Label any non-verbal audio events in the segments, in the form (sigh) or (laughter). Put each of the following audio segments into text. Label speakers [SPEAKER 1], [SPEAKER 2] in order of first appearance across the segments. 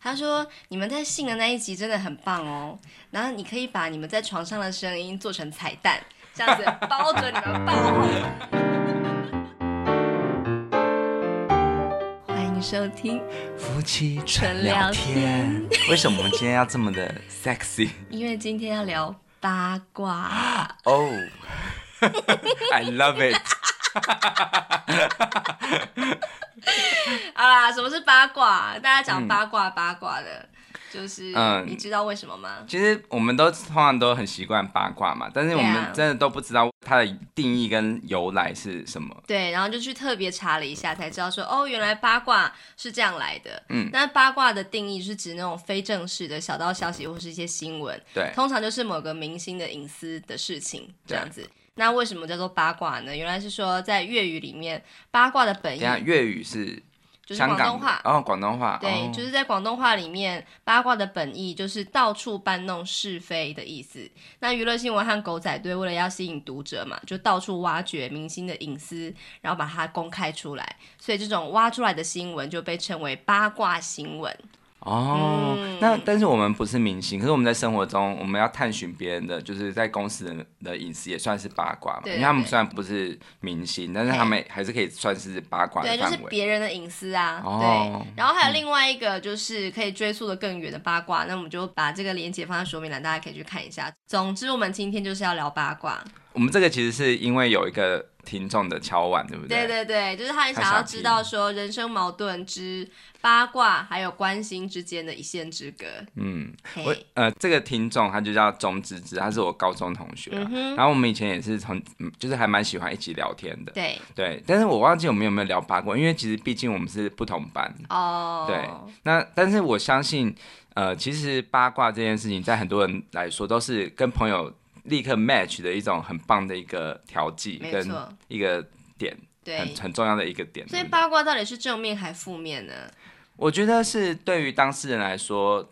[SPEAKER 1] 他说你们在性的那一集真的很棒哦，然后你可以把你们在床上的声音做成彩蛋，这样子 (laughs) 包着你们爆红。欢迎收听，
[SPEAKER 2] 夫妻
[SPEAKER 1] 纯
[SPEAKER 2] 纯
[SPEAKER 1] 聊
[SPEAKER 2] 聊
[SPEAKER 1] 天
[SPEAKER 2] 天。为什么我们今天要这么的 sexy？
[SPEAKER 1] 因为今天要聊八卦。
[SPEAKER 2] 哦、i love it！
[SPEAKER 1] 好啦，什么是八卦？大家讲八卦八卦的，就是
[SPEAKER 2] 嗯
[SPEAKER 1] 你知道为什么吗？
[SPEAKER 2] 其实我们都通常都很习惯八卦嘛，但是我
[SPEAKER 1] 对啊
[SPEAKER 2] 们真的都不知道它的定义跟由来是什么。
[SPEAKER 1] 对，然后就去特别查了一下，才知道说哦，原来八卦是这样来的。
[SPEAKER 2] 嗯
[SPEAKER 1] 那八卦的定义是指那种非正式的小道消息或是一些新闻，
[SPEAKER 2] 对，
[SPEAKER 1] 通常就是某个明星的隐私的事情这
[SPEAKER 2] 对
[SPEAKER 1] 样子。那为什么叫做八卦呢？原来是说在粤语里面，八卦的本
[SPEAKER 2] 等一下
[SPEAKER 1] 意
[SPEAKER 2] 粤语是
[SPEAKER 1] 就是
[SPEAKER 2] 香
[SPEAKER 1] 广
[SPEAKER 2] 港的
[SPEAKER 1] 东话。
[SPEAKER 2] 哦，广东话，
[SPEAKER 1] 对，
[SPEAKER 2] 哦
[SPEAKER 1] 就是在广东话里面，八卦的本意就是到处搬弄是非的意思。那娱乐新闻和狗仔队为了要吸引读者嘛，就到处挖掘明星的隐私，然后把它公开出来。所以这种挖出来的新闻就被称为八卦新闻。
[SPEAKER 2] 哦。
[SPEAKER 1] 嗯
[SPEAKER 2] 那但是我们不是明星，可是我们在生活中，我们要探寻别人的，就是在公司的的隐私也算是八卦嘛。
[SPEAKER 1] 对
[SPEAKER 2] 因为他们
[SPEAKER 1] 对
[SPEAKER 2] 虽然不是明星，但是他们还是可以算是八卦的
[SPEAKER 1] 对，就
[SPEAKER 2] 范
[SPEAKER 1] 是
[SPEAKER 2] 围。
[SPEAKER 1] 别人的隐私啊。
[SPEAKER 2] 哦
[SPEAKER 1] 对，然后还有另外一个就是可以追溯的更远的八卦，那我们就把这个连接放在说明栏，大家可以去看一下。总之，我们今天就是要聊八卦。
[SPEAKER 2] 我们这个其实是因为有一个听众的敲碗，对不
[SPEAKER 1] 对对对，就是他很想要知道说人生矛盾之八卦还有关心之间的一线之隔。
[SPEAKER 2] 嗯，我
[SPEAKER 1] 嘿，
[SPEAKER 2] 呃，这个听众他就叫钟芝芝，他是我高中同学、
[SPEAKER 1] 嗯
[SPEAKER 2] 啊，然后我们以前也是从，嗯就是还蛮喜欢一起聊天的，
[SPEAKER 1] 对
[SPEAKER 2] 对。但是我忘记我们有没有聊八卦，因为其实毕竟我们是不同班。
[SPEAKER 1] 哦，
[SPEAKER 2] 对，那但是我相信，呃，其实八卦这件事情，在很多人来说都是跟朋友立刻 match 的一种很棒的一个调剂，
[SPEAKER 1] 没
[SPEAKER 2] 跟
[SPEAKER 1] 错
[SPEAKER 2] 一个点，很
[SPEAKER 1] 对。
[SPEAKER 2] 很重要的一个点。
[SPEAKER 1] 所以
[SPEAKER 2] 对不对
[SPEAKER 1] 八卦到底是正面还负面呢？
[SPEAKER 2] 我觉得是对于当事人来说，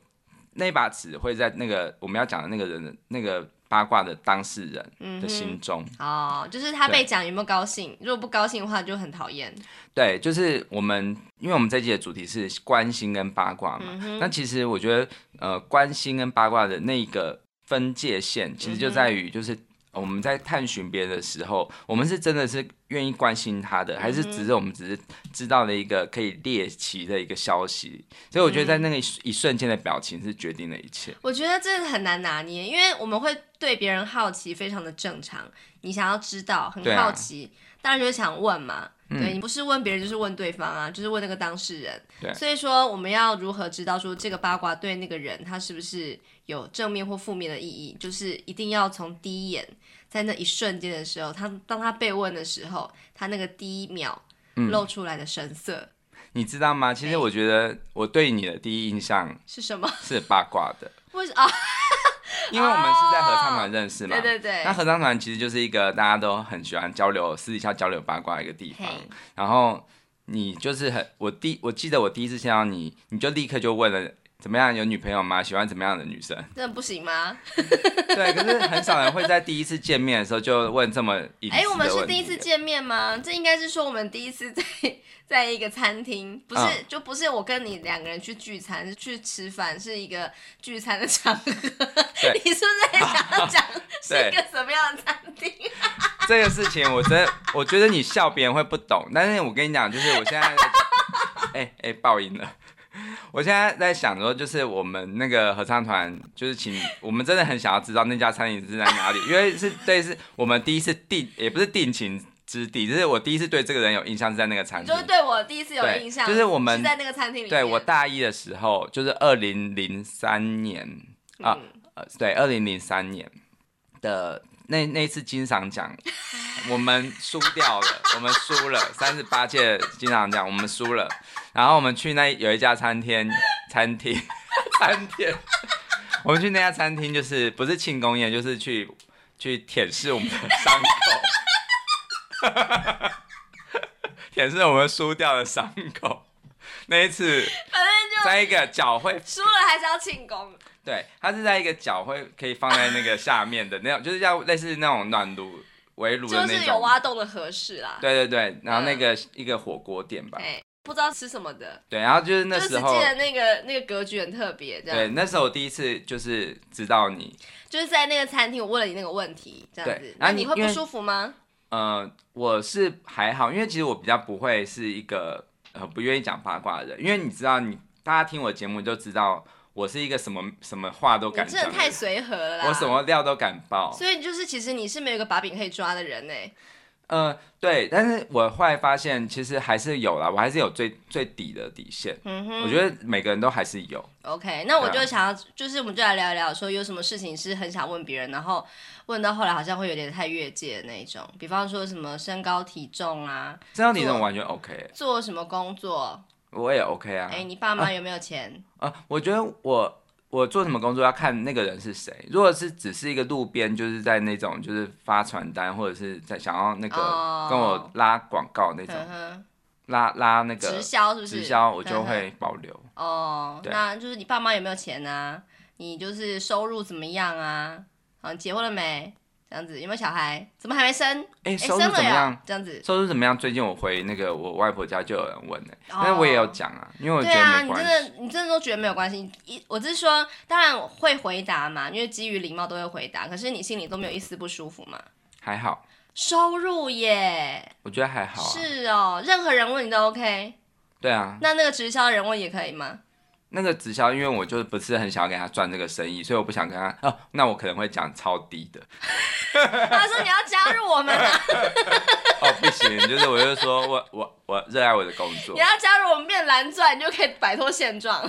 [SPEAKER 2] 那把尺会在那个我们要讲的那个人的那个八卦的当事人的心中。
[SPEAKER 1] 嗯哦，就是他
[SPEAKER 2] 对
[SPEAKER 1] 被讲有没有高兴？如果不高兴的话，就很讨厌。
[SPEAKER 2] 对，就是我们，因为我们这集的主题是关心跟八卦嘛。那其实我觉得，呃，关心跟八卦的那个分界线，其实就在于就是。呃我们在探寻别人的时候，我们是真的是愿意关心他的，还是只是我们只是知道了一个可以猎奇的一个消息？所以我觉得在那个一一瞬间的表情是决定了一切。
[SPEAKER 1] 我觉得这很难拿捏，因为我们会对别人好奇，非常的正常。你想要知道，很
[SPEAKER 2] 对啊
[SPEAKER 1] 好奇，嗯当然就会想问嘛。对你不是问别人，就是问对方啊，就是问那个当事人。
[SPEAKER 2] 对
[SPEAKER 1] 所以说我们要如何知道说这个八卦对那个人他是不是有正面或负面的意义？就是一定要从第一眼，在那一瞬间的时候，他当他被问的时候，他那个第一秒露出来的神色、
[SPEAKER 2] 你知道吗？其
[SPEAKER 1] 哎
[SPEAKER 2] 实我觉得我对你的第一印象
[SPEAKER 1] 是什么？
[SPEAKER 2] 是八卦的，
[SPEAKER 1] 为什啊？
[SPEAKER 2] 因为我们是在合唱团认识嘛。
[SPEAKER 1] 哦对对对
[SPEAKER 2] 那，合唱团其实就是一个大家都很喜欢交流、私底下交流八卦的一个地方
[SPEAKER 1] 嘿。
[SPEAKER 2] 然后你就是很，我第我记得我第一次见到你，你就立刻就问了怎么样有女朋友吗？喜欢怎么样的女生？
[SPEAKER 1] (laughs) 真的不行吗？
[SPEAKER 2] 对，可是很少人会在第一次见面的时候就问这么隐私的问题。啊
[SPEAKER 1] 哎、我们是第一次见面吗？这应该是说我们第一次在在一个餐厅，不是、
[SPEAKER 2] 嗯
[SPEAKER 1] 就不是我跟你两个人去聚餐，是去吃饭，是一个聚餐的场合。(laughs)
[SPEAKER 2] 对
[SPEAKER 1] 你是不是很想要
[SPEAKER 2] (laughs)
[SPEAKER 1] 讲是一个什么样的餐厅？ (laughs)
[SPEAKER 2] 这个事情，我真的我觉得你笑别人会不懂，但是我跟你讲，就是我现在在，哎哎、爆音了。 (laughs) 我现在在想说，就是我们那个合唱团，就是请我们真的很想要知道那家餐饮是在哪里，因为是对，是我们第一次定，也不是定情之地，就是我第一次对这个人有印象是在那个餐
[SPEAKER 1] 你
[SPEAKER 2] 厅
[SPEAKER 1] 就。是对我第一次有
[SPEAKER 2] 嗯对
[SPEAKER 1] 印象，
[SPEAKER 2] 就是我们
[SPEAKER 1] 是在那个餐厅里面。
[SPEAKER 2] 对我大一的时候，就是二零零三年啊，呃，对，二零零三年的那那一次金赏奖，我们输掉了，我们输了三十八届金赏奖，我们输了。然后我们去那有一家餐厅，餐厅， (laughs) 餐厅，我们去那家餐厅就是不是庆功宴，就是去去舔舐我们的伤口， (laughs) 舔舐我们输掉的伤口。那一次，
[SPEAKER 1] 反正就
[SPEAKER 2] 在一个脚会，
[SPEAKER 1] 输了还是要庆功。
[SPEAKER 2] 对，它是在一个脚会可以放在那个下面的那种，就是要类似那种暖炉、围炉的
[SPEAKER 1] 就是
[SPEAKER 2] 那
[SPEAKER 1] 有
[SPEAKER 2] 种。
[SPEAKER 1] 挖洞的合适啦。
[SPEAKER 2] 对对对，然后那个一个火锅店吧，
[SPEAKER 1] 哎，不知道吃什么的，
[SPEAKER 2] 对，然后就是
[SPEAKER 1] 就
[SPEAKER 2] 那
[SPEAKER 1] 是
[SPEAKER 2] 时
[SPEAKER 1] 记
[SPEAKER 2] 候，
[SPEAKER 1] 得那个那个格局很特别，这
[SPEAKER 2] 对，
[SPEAKER 1] 样
[SPEAKER 2] 那时候我第一次就是知道你，
[SPEAKER 1] 就是在那个餐厅，我问了你那个问题，这样
[SPEAKER 2] 对
[SPEAKER 1] 子，那
[SPEAKER 2] 然后你
[SPEAKER 1] 你会
[SPEAKER 2] 因
[SPEAKER 1] 不
[SPEAKER 2] 为
[SPEAKER 1] 舒服吗？
[SPEAKER 2] 呃，我是还好，因为其实我比较不会是一个呃不愿意讲八卦的人，因为你知道你，大家听我节目就知道我是一个什么什么话都
[SPEAKER 1] 你
[SPEAKER 2] 敢
[SPEAKER 1] 真
[SPEAKER 2] 讲
[SPEAKER 1] 的
[SPEAKER 2] 的
[SPEAKER 1] 太
[SPEAKER 2] 人，
[SPEAKER 1] 随和了啦，啊
[SPEAKER 2] 我什么料都敢爆，
[SPEAKER 1] 所以就是，其实你是没有一个把柄可以抓的人呢、
[SPEAKER 2] 呃，对，但是我后来发现其实还是有啦，我还是有最最底的底线，
[SPEAKER 1] 嗯哼
[SPEAKER 2] 我觉得每个人都还是有，
[SPEAKER 1] OK，那我
[SPEAKER 2] 对
[SPEAKER 1] 就
[SPEAKER 2] 啊
[SPEAKER 1] 想要，就是我们就来聊一聊，说有什么事情是很想问别人，然后问到后来好像会有点太越界的那一种。比方说什么身高体重啊，
[SPEAKER 2] 这道理
[SPEAKER 1] 做
[SPEAKER 2] 我完全 OK，欸
[SPEAKER 1] 做什么工作，
[SPEAKER 2] 我也 OK 啊，
[SPEAKER 1] 哎、你爸妈有没有钱？
[SPEAKER 2] 啊，我觉得我我做什么工作要看那个人是谁。如果是只是一个路边，就是在那种就是发传单，或者是在想要那个
[SPEAKER 1] 哦
[SPEAKER 2] 跟我拉广告那种，
[SPEAKER 1] 嗯哼，
[SPEAKER 2] 拉拉那
[SPEAKER 1] 直
[SPEAKER 2] 个
[SPEAKER 1] 销是不是？
[SPEAKER 2] 直销，我就
[SPEAKER 1] 嗯哼
[SPEAKER 2] 会保留。
[SPEAKER 1] 哦，
[SPEAKER 2] 对
[SPEAKER 1] 那就是你爸妈有没有钱啊？你就是收入怎么样啊？啊，你结婚了没？这样子有没有小孩？怎么还没生？
[SPEAKER 2] 哎、
[SPEAKER 1] 哎、
[SPEAKER 2] 收入
[SPEAKER 1] 生了
[SPEAKER 2] 怎么样？
[SPEAKER 1] 呀？这样子。
[SPEAKER 2] 收入怎么样？最近我回那个我外婆家就有人问呢、
[SPEAKER 1] 哦
[SPEAKER 2] 但是我也有讲啊，因为我觉
[SPEAKER 1] 对啊，
[SPEAKER 2] 得没
[SPEAKER 1] 你
[SPEAKER 2] 关
[SPEAKER 1] 真
[SPEAKER 2] 系。
[SPEAKER 1] 的，你真的都觉得没有关系。一，我只是说，当然我会回答嘛，因为基于礼貌都会回答。可是你心里都没有一丝不舒服嘛？
[SPEAKER 2] 还好，
[SPEAKER 1] 收入耶，
[SPEAKER 2] 我觉得还好啊。
[SPEAKER 1] 是哦，任何人问你都 OK。
[SPEAKER 2] 对啊，
[SPEAKER 1] 那那个直销人问也可以吗？ (laughs)
[SPEAKER 2] 那个直销，因为我就是不是很想要跟他赚这个生意，所以我不想跟他哦。那我可能会讲超低的，
[SPEAKER 1] 他说你要加入我们
[SPEAKER 2] (laughs)
[SPEAKER 1] 啊，
[SPEAKER 2] 哦，不行，就是我就说我 (laughs) 我我热爱我的工作
[SPEAKER 1] 你，要加入我们变蓝钻，你就可以摆脱现状。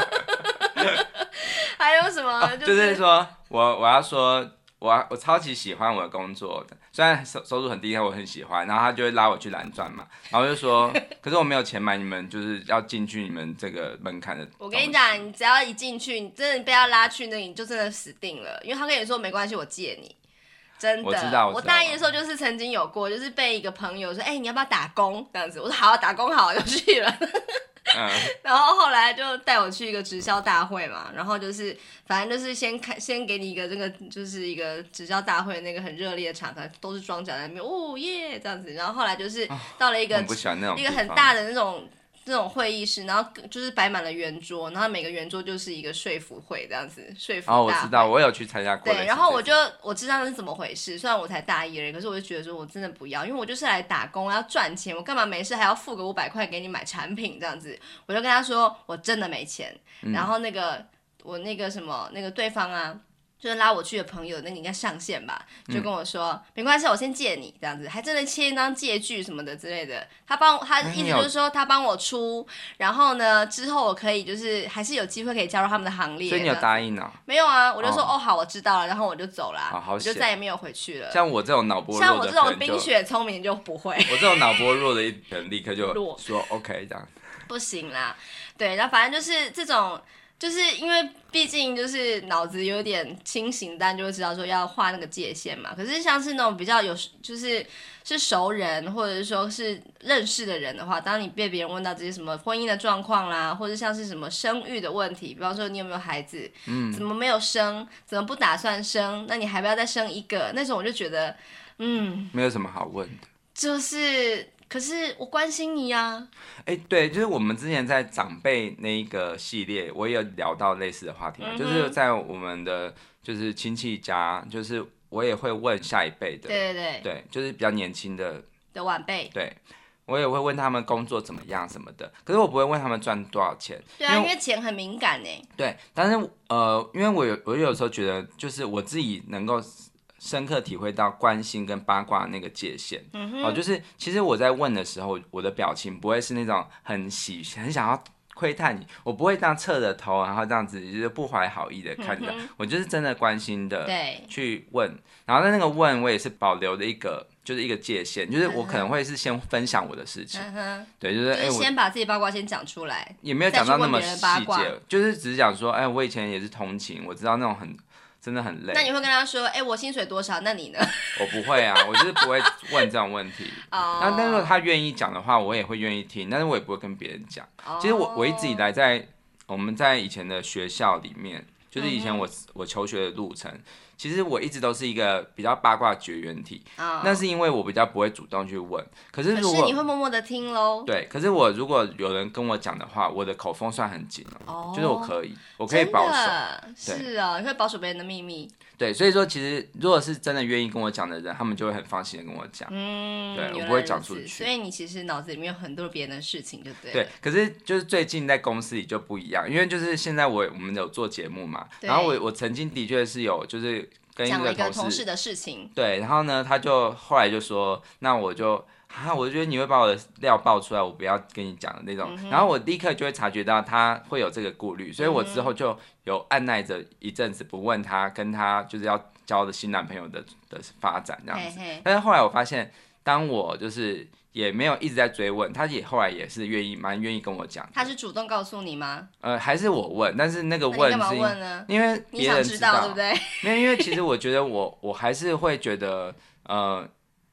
[SPEAKER 1] (laughs) 还有什么？
[SPEAKER 2] 哦就说我我要说我我超级喜欢我的工作的，虽然收收入很低，但我很喜欢。然后他就会拉我去蓝钻嘛，然后就
[SPEAKER 1] (laughs)
[SPEAKER 2] 说，可是我没有钱买你们就是要进去你们这个门槛的。
[SPEAKER 1] 我跟你，讲，你只要一进去，你真的被他拉去那里，你就真的死定了，因为他跟你说没关系，我借你。真的，
[SPEAKER 2] 我知道我知道
[SPEAKER 1] 大一的时候就是曾经有过，就是被一个朋友说，哎、你要不要打工？这样子，我说好，啊打工好，就去了。 (laughs)
[SPEAKER 2] 嗯，
[SPEAKER 1] 然后后来就带我去一个直销大会嘛，然后就是反正就是先看，先给你一个这个就是一个直销大会那个很热烈的场合，都是装脚在那边，哦耶这样子。然后后来就是到了一
[SPEAKER 2] 我
[SPEAKER 1] 个
[SPEAKER 2] 啊很不喜欢那种
[SPEAKER 1] 一个
[SPEAKER 2] 地
[SPEAKER 1] 很
[SPEAKER 2] 方
[SPEAKER 1] 大的那种那种会议室，然后就是摆满了圆桌，然后每个圆桌就是一个说服会这样子，说服大
[SPEAKER 2] 哦，
[SPEAKER 1] 会。
[SPEAKER 2] 我知道，我有去参加过类
[SPEAKER 1] 对，
[SPEAKER 2] 似这种。
[SPEAKER 1] 然后我就我知道那是怎么回事，虽然我才大一而已，可是我就觉得说我真的不要，因为我就是来打工，要赚钱，我干嘛没事还要付个五百块给你买产品这样子？我就跟他说我真的没钱，
[SPEAKER 2] 嗯
[SPEAKER 1] 然后那个我那个什么那个对方啊。就是拉我去的朋友，那个应该上线吧，
[SPEAKER 2] 嗯
[SPEAKER 1] 就跟我说、没关系，我先借你这样子，还真的签一张借据什么的之类的。他帮我他
[SPEAKER 2] 哎
[SPEAKER 1] 意思
[SPEAKER 2] 你有
[SPEAKER 1] 就是说他帮我出，然后呢之后我可以就是还是有机会可以加入他们的行列。
[SPEAKER 2] 所以
[SPEAKER 1] 这
[SPEAKER 2] 你有
[SPEAKER 1] 样子
[SPEAKER 2] 答应啊？
[SPEAKER 1] 没有啊，我就说
[SPEAKER 2] 哦
[SPEAKER 1] 哦好，我知道了，然后我就走啦，
[SPEAKER 2] 啊好
[SPEAKER 1] 我就
[SPEAKER 2] 险
[SPEAKER 1] 再也没有回去了。
[SPEAKER 2] 像我这种脑波弱的，
[SPEAKER 1] 像我这种冰，雪聪明就不会，
[SPEAKER 2] 我这种脑波弱的一人，立刻就
[SPEAKER 1] 弱
[SPEAKER 2] 说 OK 这样。
[SPEAKER 1] 不行啦。对，然后反正就是这种，就是因为毕竟就是脑子有点清醒，但就会知道说要画那个界限嘛。可是像是那种比较有就是是熟人或者是说是认识的人的话，当你被别人问到这些什么婚姻的状况啦，或者像是什么生育的问题，比方说你有没有孩子，嗯，怎么没有生，怎么不打算生，那你还不要再生一个？那种我就觉得，嗯，
[SPEAKER 2] 没有什么好问的。
[SPEAKER 1] 就是，可是我关心你啊呀、
[SPEAKER 2] 哎、对，就是我们之前在长辈那一个系列，我也有聊到类似的话
[SPEAKER 1] 嗯
[SPEAKER 2] 题嘛，就是在我们的就是亲戚家，就是我也会问下一辈的，
[SPEAKER 1] 对对对，
[SPEAKER 2] 对，就是比较年轻的，
[SPEAKER 1] 的晚辈。
[SPEAKER 2] 对我也会问他们工作怎么样什么的，可是我不会问他们赚多少钱，
[SPEAKER 1] 对啊，因
[SPEAKER 2] 我
[SPEAKER 1] 为钱很敏感呢。
[SPEAKER 2] 对，但是呃，因为我有我有时候觉得，就是我自己能够深刻体会到关心跟八卦那个界限。嗯哼，哦，就是其实我在问的时候，我的表情不会是那种很喜很想要窥探你，我不会这样侧着头，然后这样子就是不怀好意的看着，我就是真的关心的
[SPEAKER 1] 对，
[SPEAKER 2] 去问。然后在那个问，我也是保留的一个就是一个界限，就是我可能会是先分享我的事情，
[SPEAKER 1] 嗯哼，
[SPEAKER 2] 对，就是
[SPEAKER 1] 就
[SPEAKER 2] 哎、
[SPEAKER 1] 是
[SPEAKER 2] 我
[SPEAKER 1] 先把自己八卦先讲出来。
[SPEAKER 2] 也没有讲到那么
[SPEAKER 1] 再去问别人
[SPEAKER 2] 细
[SPEAKER 1] 八卦
[SPEAKER 2] 节，就是只是讲说，哎、我以前也是同情，我知道那种很真的很累
[SPEAKER 1] 那，你会跟他说，哎、我薪水多少？那你呢？
[SPEAKER 2] 我不
[SPEAKER 1] (laughs)
[SPEAKER 2] 会啊，我就是不会问这种问题。
[SPEAKER 1] 哦
[SPEAKER 2] 啊那但如果他愿意讲的话，我也会愿意听，但是
[SPEAKER 1] 哦
[SPEAKER 2] 我也不会跟别人讲。其实我我一直以来在我们在以前的学校里面，就是以
[SPEAKER 1] 嗯
[SPEAKER 2] 前我、我求学的路程，其实我一直都是一个比较八卦绝缘体，
[SPEAKER 1] 啊、
[SPEAKER 2] 那是因为我比较不会主动去问。可是
[SPEAKER 1] 可
[SPEAKER 2] 如
[SPEAKER 1] 是
[SPEAKER 2] 果
[SPEAKER 1] 你会默默的听喽。
[SPEAKER 2] 对，可是我如果有人跟我讲的话，我的口风算很紧哦、
[SPEAKER 1] 哦，
[SPEAKER 2] 就是我可以，我可以保守。
[SPEAKER 1] 守，是哦，你会保守别人的秘密。
[SPEAKER 2] 对，所以说其实如果是真的愿意跟我讲的人，他们就会很放心的跟我讲。
[SPEAKER 1] 嗯，
[SPEAKER 2] 对我
[SPEAKER 1] 原来
[SPEAKER 2] 不会
[SPEAKER 1] 如
[SPEAKER 2] 讲出
[SPEAKER 1] 此
[SPEAKER 2] 去
[SPEAKER 1] 所以你其实脑子里面有很多别人的事情，对不对？
[SPEAKER 2] 对，可是就是最近在公司里就不一样，因为就是现在我我们有做节目嘛，
[SPEAKER 1] 对
[SPEAKER 2] 然后我我曾经的确是有就是跟一
[SPEAKER 1] 讲了
[SPEAKER 2] 个
[SPEAKER 1] 一个
[SPEAKER 2] 同
[SPEAKER 1] 同
[SPEAKER 2] 事
[SPEAKER 1] 事的事情，
[SPEAKER 2] 对，然后呢，他就后来就说，那我就啊，我觉得你会把我的料爆出来，我不要跟你讲的那种。
[SPEAKER 1] 嗯
[SPEAKER 2] 然后我立刻就会察觉到他会有这个顾虑，所以我之
[SPEAKER 1] 嗯
[SPEAKER 2] 后就有按耐着一阵子不问他，跟他就是要交的新男朋友的的发展这样
[SPEAKER 1] 嘿
[SPEAKER 2] 子。
[SPEAKER 1] 嘿，
[SPEAKER 2] 但是后来我发现，当我就是也没有一直在追问，他也后来也是愿意蛮愿意跟我讲的，
[SPEAKER 1] 他是主动告诉你吗？
[SPEAKER 2] 呃还是我问，但是那个
[SPEAKER 1] 那你
[SPEAKER 2] 问
[SPEAKER 1] 干嘛
[SPEAKER 2] 是因
[SPEAKER 1] 问呢？
[SPEAKER 2] 因为
[SPEAKER 1] 你
[SPEAKER 2] 别
[SPEAKER 1] 想
[SPEAKER 2] 人
[SPEAKER 1] 知对
[SPEAKER 2] 道
[SPEAKER 1] 不？对？ (laughs)
[SPEAKER 2] 没有，因为其实我觉得我我还是会觉得呃。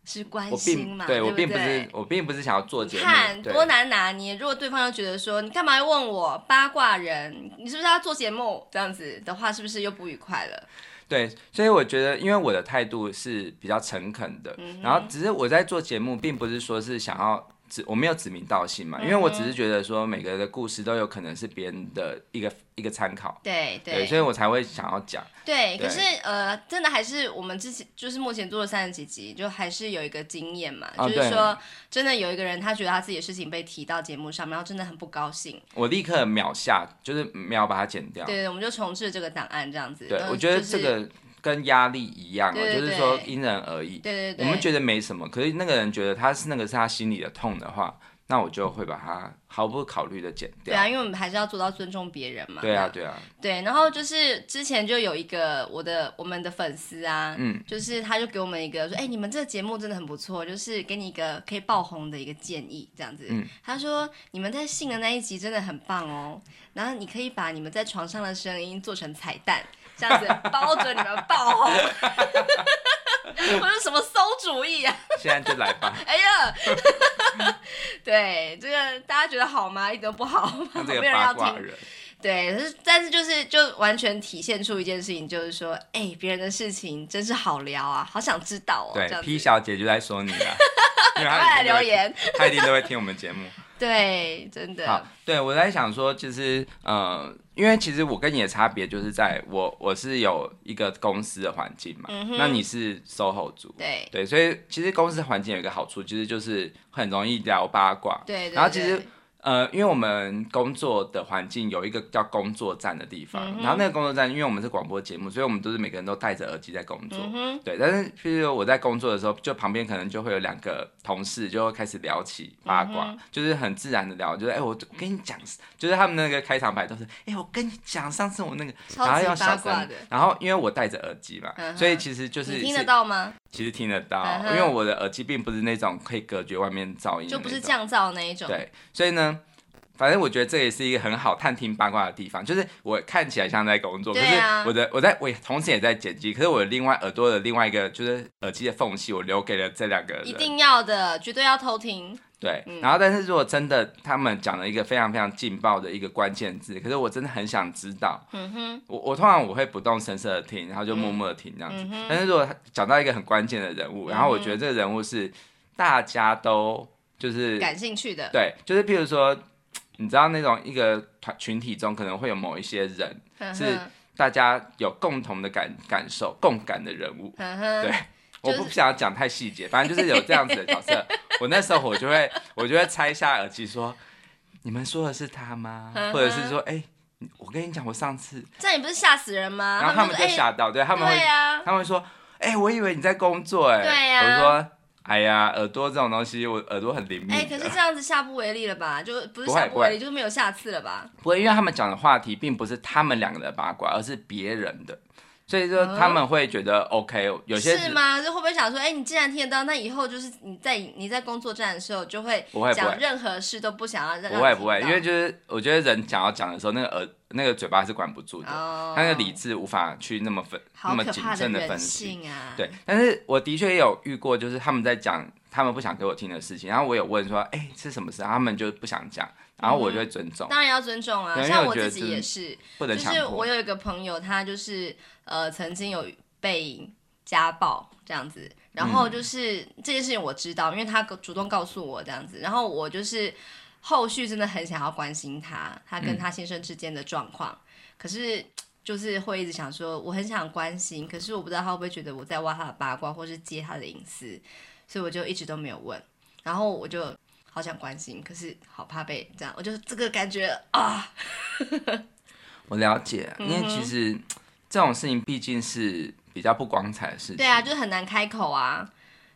[SPEAKER 1] 是关
[SPEAKER 2] 我
[SPEAKER 1] 心
[SPEAKER 2] 并
[SPEAKER 1] 嘛，
[SPEAKER 2] 对
[SPEAKER 1] 不
[SPEAKER 2] 我并不是我并不是想要做节
[SPEAKER 1] 你
[SPEAKER 2] 目，
[SPEAKER 1] 看
[SPEAKER 2] 对
[SPEAKER 1] 多难拿捏。如果对方又觉得说你干嘛要问我八卦人，你是不是要做节目这样子的话，是不是又不愉快了？
[SPEAKER 2] 对，所以我觉得，因为我的态度是比较诚恳的，
[SPEAKER 1] 嗯
[SPEAKER 2] 然后只是我在做节目，并不是说是想要指我没有指名道姓嘛，因为
[SPEAKER 1] 嗯
[SPEAKER 2] 我只是觉得说每个人的故事都有可能是别人的一个一个参考，
[SPEAKER 1] 对
[SPEAKER 2] 对，所以我才会想要讲，
[SPEAKER 1] 对，可
[SPEAKER 2] 对
[SPEAKER 1] 是呃，真的还是我们之前就是目前做了三十几集，就还是有一个经验嘛，
[SPEAKER 2] 啊
[SPEAKER 1] 就是
[SPEAKER 2] 对
[SPEAKER 1] 说真的有一个人他觉得他自己的事情被提到节目上面，然后真的很不高兴。
[SPEAKER 2] 我立刻秒下，就是秒把它剪掉，
[SPEAKER 1] 对，我们就重置这个档案这样子。
[SPEAKER 2] 对
[SPEAKER 1] 然后
[SPEAKER 2] 我觉得
[SPEAKER 1] 就是
[SPEAKER 2] 这个跟压力一样、哦，
[SPEAKER 1] 对对
[SPEAKER 2] 就是
[SPEAKER 1] 对
[SPEAKER 2] 说因人而异，
[SPEAKER 1] 对对对，
[SPEAKER 2] 我们觉得没什么，可是那个人觉得他是那个是他心里的痛的话，那我就会把他毫不考虑的剪
[SPEAKER 1] 对
[SPEAKER 2] 掉。
[SPEAKER 1] 啊，因为我们还是要做到尊重别人嘛。
[SPEAKER 2] 对啊，
[SPEAKER 1] 那
[SPEAKER 2] 对啊，
[SPEAKER 1] 对，然后就是之前就有一个我的我们的粉丝啊，
[SPEAKER 2] 嗯，
[SPEAKER 1] 就是他就给我们一个说，哎、你们这个节目真的很不错，就是给你一个可以爆红的一个建议，这样子。
[SPEAKER 2] 嗯
[SPEAKER 1] 他说你们在性的那一集真的很棒哦，然后你可以把你们在床上的声音做成彩蛋，这样子包准你们爆红。 (laughs) 我说什么馊主意啊！，
[SPEAKER 2] 现在就来吧
[SPEAKER 1] (laughs) 哎呀，对这个大家觉得好吗？一点都不好，
[SPEAKER 2] 他
[SPEAKER 1] 没
[SPEAKER 2] 这
[SPEAKER 1] 有
[SPEAKER 2] 个
[SPEAKER 1] 人
[SPEAKER 2] 八
[SPEAKER 1] 要
[SPEAKER 2] 卦
[SPEAKER 1] 听。
[SPEAKER 2] 人，
[SPEAKER 1] 对，可是但是就是就完全体现出一件事情，就是说，哎、别人的事情真是好聊啊，好想知道哦。这
[SPEAKER 2] 对
[SPEAKER 1] 样子
[SPEAKER 2] ，P 小姐就在说
[SPEAKER 1] (laughs)
[SPEAKER 2] 你了，因为
[SPEAKER 1] 赶快
[SPEAKER 2] 她
[SPEAKER 1] 来
[SPEAKER 2] 一定都
[SPEAKER 1] 留
[SPEAKER 2] 会听，
[SPEAKER 1] 言。
[SPEAKER 2] 她一定都会听我们节目。
[SPEAKER 1] 对，真的
[SPEAKER 2] 好，对我在想说，就是呃，因为其实我跟你的差别就是在我我是有一个公司的环境嘛，
[SPEAKER 1] 嗯哼
[SPEAKER 2] 那你是 SOHO 族，
[SPEAKER 1] 对
[SPEAKER 2] 对，所以其实公司环境有一个好处，其实就是很容易聊八卦，
[SPEAKER 1] 对对。
[SPEAKER 2] 然后其实
[SPEAKER 1] 对
[SPEAKER 2] 呃，因为我们工作的环境有一个叫工作站的地方，
[SPEAKER 1] 嗯哼
[SPEAKER 2] 然后那个工作站，因为我们是广播节目，所以我们都是每个人都戴着耳机在工作。
[SPEAKER 1] 嗯哼，
[SPEAKER 2] 对，但是譬如说我在工作的时候，就旁边可能就会有两个同事就会开始聊起八卦，
[SPEAKER 1] 嗯
[SPEAKER 2] 就是很自然的聊，就是哎、我跟你讲，就是他们那个开场白都是哎、我跟你讲，上次我那个，然
[SPEAKER 1] 超
[SPEAKER 2] 后
[SPEAKER 1] 级
[SPEAKER 2] 要
[SPEAKER 1] 八
[SPEAKER 2] 小
[SPEAKER 1] 卦
[SPEAKER 2] 声
[SPEAKER 1] 的，，
[SPEAKER 2] 然后因为我戴着耳机嘛，
[SPEAKER 1] 嗯哼
[SPEAKER 2] 所以其实就是
[SPEAKER 1] 你听得
[SPEAKER 2] 是
[SPEAKER 1] 到吗？
[SPEAKER 2] 其实听得到，
[SPEAKER 1] 嗯哼
[SPEAKER 2] 因为我的耳机并不是那种可以隔绝外面噪音的那种，
[SPEAKER 1] 就不是降噪那一种。
[SPEAKER 2] 对，所以呢，反正我觉得这也是一个很好探听八卦的地方。就是我看起来像在工作，可
[SPEAKER 1] 对
[SPEAKER 2] 是
[SPEAKER 1] 啊
[SPEAKER 2] 我的我在我也同时也在剪辑，可是我另外耳朵的另外一个就是耳机的缝隙，我留给了这两个人。
[SPEAKER 1] 一定要的，绝对要偷听。
[SPEAKER 2] 对
[SPEAKER 1] 嗯，
[SPEAKER 2] 然后但是如果真的他们讲了一个非常非常劲爆的一个关键字，可是我真的很想知道，
[SPEAKER 1] 嗯哼，
[SPEAKER 2] 我我通常我会不动声色的听，然后就默默的听这样子。
[SPEAKER 1] 嗯哼
[SPEAKER 2] 但是如果他讲到一个很关键的人物，然后我觉得这个人物是大家都就是
[SPEAKER 1] 感兴趣的。
[SPEAKER 2] 对，就是譬如说，你知道那种一个团群体中可能会有某一些人，
[SPEAKER 1] 嗯哼
[SPEAKER 2] 是
[SPEAKER 1] 哼
[SPEAKER 2] 大家有共同的感感受、共感的人物。
[SPEAKER 1] 哼嗯哼，
[SPEAKER 2] 对
[SPEAKER 1] 就
[SPEAKER 2] 我
[SPEAKER 1] 是
[SPEAKER 2] 不想要讲太细节，反正就是有这样子的角色。我那时候我就会，我就会拆下耳机说：“你们说的是他吗？”
[SPEAKER 1] 嗯哼
[SPEAKER 2] 或者是说：“哎、我跟你讲，我上次……”
[SPEAKER 1] 这样你不是吓死人吗？
[SPEAKER 2] 然后他们
[SPEAKER 1] 说
[SPEAKER 2] 就吓到，对他
[SPEAKER 1] 哎，
[SPEAKER 2] 们会
[SPEAKER 1] 对，呀，
[SPEAKER 2] 他们会说：“哎、我以为你在工作、哎。”
[SPEAKER 1] 对啊呀
[SPEAKER 2] 我说：“哎呀，耳朵这种东西，我耳朵很灵敏的。
[SPEAKER 1] 哎、可是这样子下不为例了吧？就不是
[SPEAKER 2] 不会
[SPEAKER 1] 下不为例，就是没有下次了吧？
[SPEAKER 2] 不会，因为他们讲的话题并不是他们两个的八卦，而是别人的，所以说
[SPEAKER 1] 嗯
[SPEAKER 2] 他们会觉得 OK，有些
[SPEAKER 1] 是吗？就会不会想说，哎、你既然听得到，那以后就是你在你在工作站的时候，就会
[SPEAKER 2] 不会不
[SPEAKER 1] 讲
[SPEAKER 2] 会
[SPEAKER 1] 任何事都不想要让
[SPEAKER 2] 不会不会，因为就是我觉得人想要讲的时候，那个耳那个嘴巴是管不住的，
[SPEAKER 1] 哦，
[SPEAKER 2] 那个理智无法去那么分那
[SPEAKER 1] 好
[SPEAKER 2] 么
[SPEAKER 1] 可
[SPEAKER 2] 谨
[SPEAKER 1] 怕
[SPEAKER 2] 慎的
[SPEAKER 1] 人
[SPEAKER 2] 分析。
[SPEAKER 1] 性啊！
[SPEAKER 2] 对，但是我的确也有遇过，就是他们在讲他们不想给我听的事情，然后我有问说，哎、是什么事啊？他们就不想讲，然后我就会尊重，
[SPEAKER 1] 当然要尊重啊，
[SPEAKER 2] 对因为
[SPEAKER 1] 像
[SPEAKER 2] 我
[SPEAKER 1] 我
[SPEAKER 2] 觉
[SPEAKER 1] 自己
[SPEAKER 2] 得这
[SPEAKER 1] 也
[SPEAKER 2] 是
[SPEAKER 1] 是，
[SPEAKER 2] 不能
[SPEAKER 1] 就
[SPEAKER 2] 强
[SPEAKER 1] 是
[SPEAKER 2] 迫。
[SPEAKER 1] 我有一个朋友，他就是呃曾经有被家暴这样子，然后就是、这件事情我知道，因为他主动告诉我这样子，然后我就是后续真的很想要关心他，他跟他先生之间的状况，可是。就是会一直想说，我很想关心，可是我不知道他会不会觉得我在挖他的八卦，或是揭他的隐私，所以我就一直都没有问。然后我就好想关心，可是好怕被这样，我就这个感觉啊，
[SPEAKER 2] 我了解，因为
[SPEAKER 1] 嗯
[SPEAKER 2] 其实嘖这种事情毕竟是比较不光彩的事情。
[SPEAKER 1] 对啊，就是很难开口啊，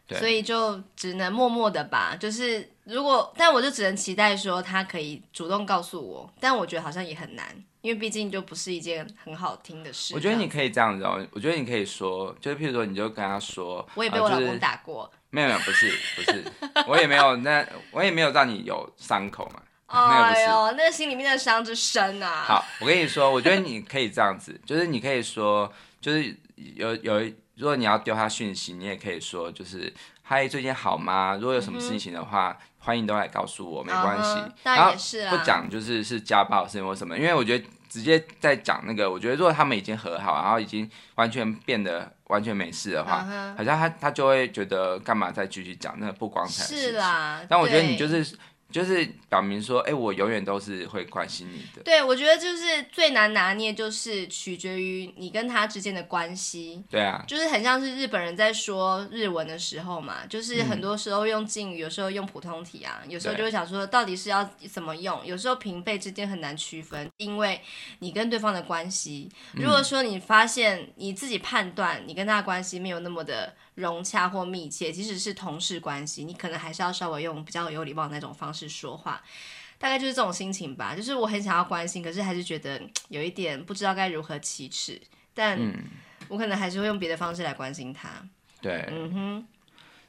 [SPEAKER 2] 对
[SPEAKER 1] 所以就只能默默的吧。就是如果，但我就只能期待说他可以主动告诉我，但我觉得好像也很难，因为毕竟就不是一件很好听的事。啊
[SPEAKER 2] 我觉得
[SPEAKER 1] 这
[SPEAKER 2] 你
[SPEAKER 1] 样子，
[SPEAKER 2] 可以这样子哦，我觉得你可以说，就是譬如说，你就跟他说，
[SPEAKER 1] 我也被
[SPEAKER 2] 呃
[SPEAKER 1] 我老
[SPEAKER 2] 就是
[SPEAKER 1] 公打过，
[SPEAKER 2] 没有没有，不是不是，我也没有那我也没有让你有伤口嘛，那个
[SPEAKER 1] 哎
[SPEAKER 2] 不是。
[SPEAKER 1] 呦，那个心里面的伤之深啊。，
[SPEAKER 2] 好，我跟你说，我觉得你可以这样子，就是你可以说，就是有有，如果你要丢他讯息，你也可以说，就是嗨，最近好吗？如果有什么事情的话，欢迎都来告诉我，没关系。
[SPEAKER 1] 嗯哼当
[SPEAKER 2] 然
[SPEAKER 1] 然
[SPEAKER 2] 后
[SPEAKER 1] 也是啦
[SPEAKER 2] 不讲就是是家暴事情或什么，因为我觉得直接在讲那个，我觉得如果他们已经和好，然后已经完全变得完全没事的话
[SPEAKER 1] 嗯，哼
[SPEAKER 2] 好像他他就会觉得干嘛再继续讲那个不光彩的事
[SPEAKER 1] 是
[SPEAKER 2] 情。
[SPEAKER 1] 啦。
[SPEAKER 2] 但我觉得你
[SPEAKER 1] 对
[SPEAKER 2] 就是就是表明说，哎、我永远都是会关心你的。
[SPEAKER 1] 对，我觉得就是最难拿捏，就是取决于你跟他之间的关系。
[SPEAKER 2] 对啊，
[SPEAKER 1] 就是很像是日本人在说日文的时候嘛，就是很多时候用敬语，有时候用普通体啊，有时候
[SPEAKER 2] 对
[SPEAKER 1] 就会想说到底是要怎么用，有时候平辈之间很难区分，因为你跟对方的关系，如果说你发现你自己判断你跟他的关系没有那么的融洽或密切，即使是同事关系，你可能还是要稍微用比较有礼貌的那种方式说话。大概就是这种心情吧，就是我很想要关心，可是还是觉得嗯有一点不知道该如何启齿。但
[SPEAKER 2] 嗯
[SPEAKER 1] 我可能还是会用别的方式来关心他。
[SPEAKER 2] 对，
[SPEAKER 1] 嗯哼，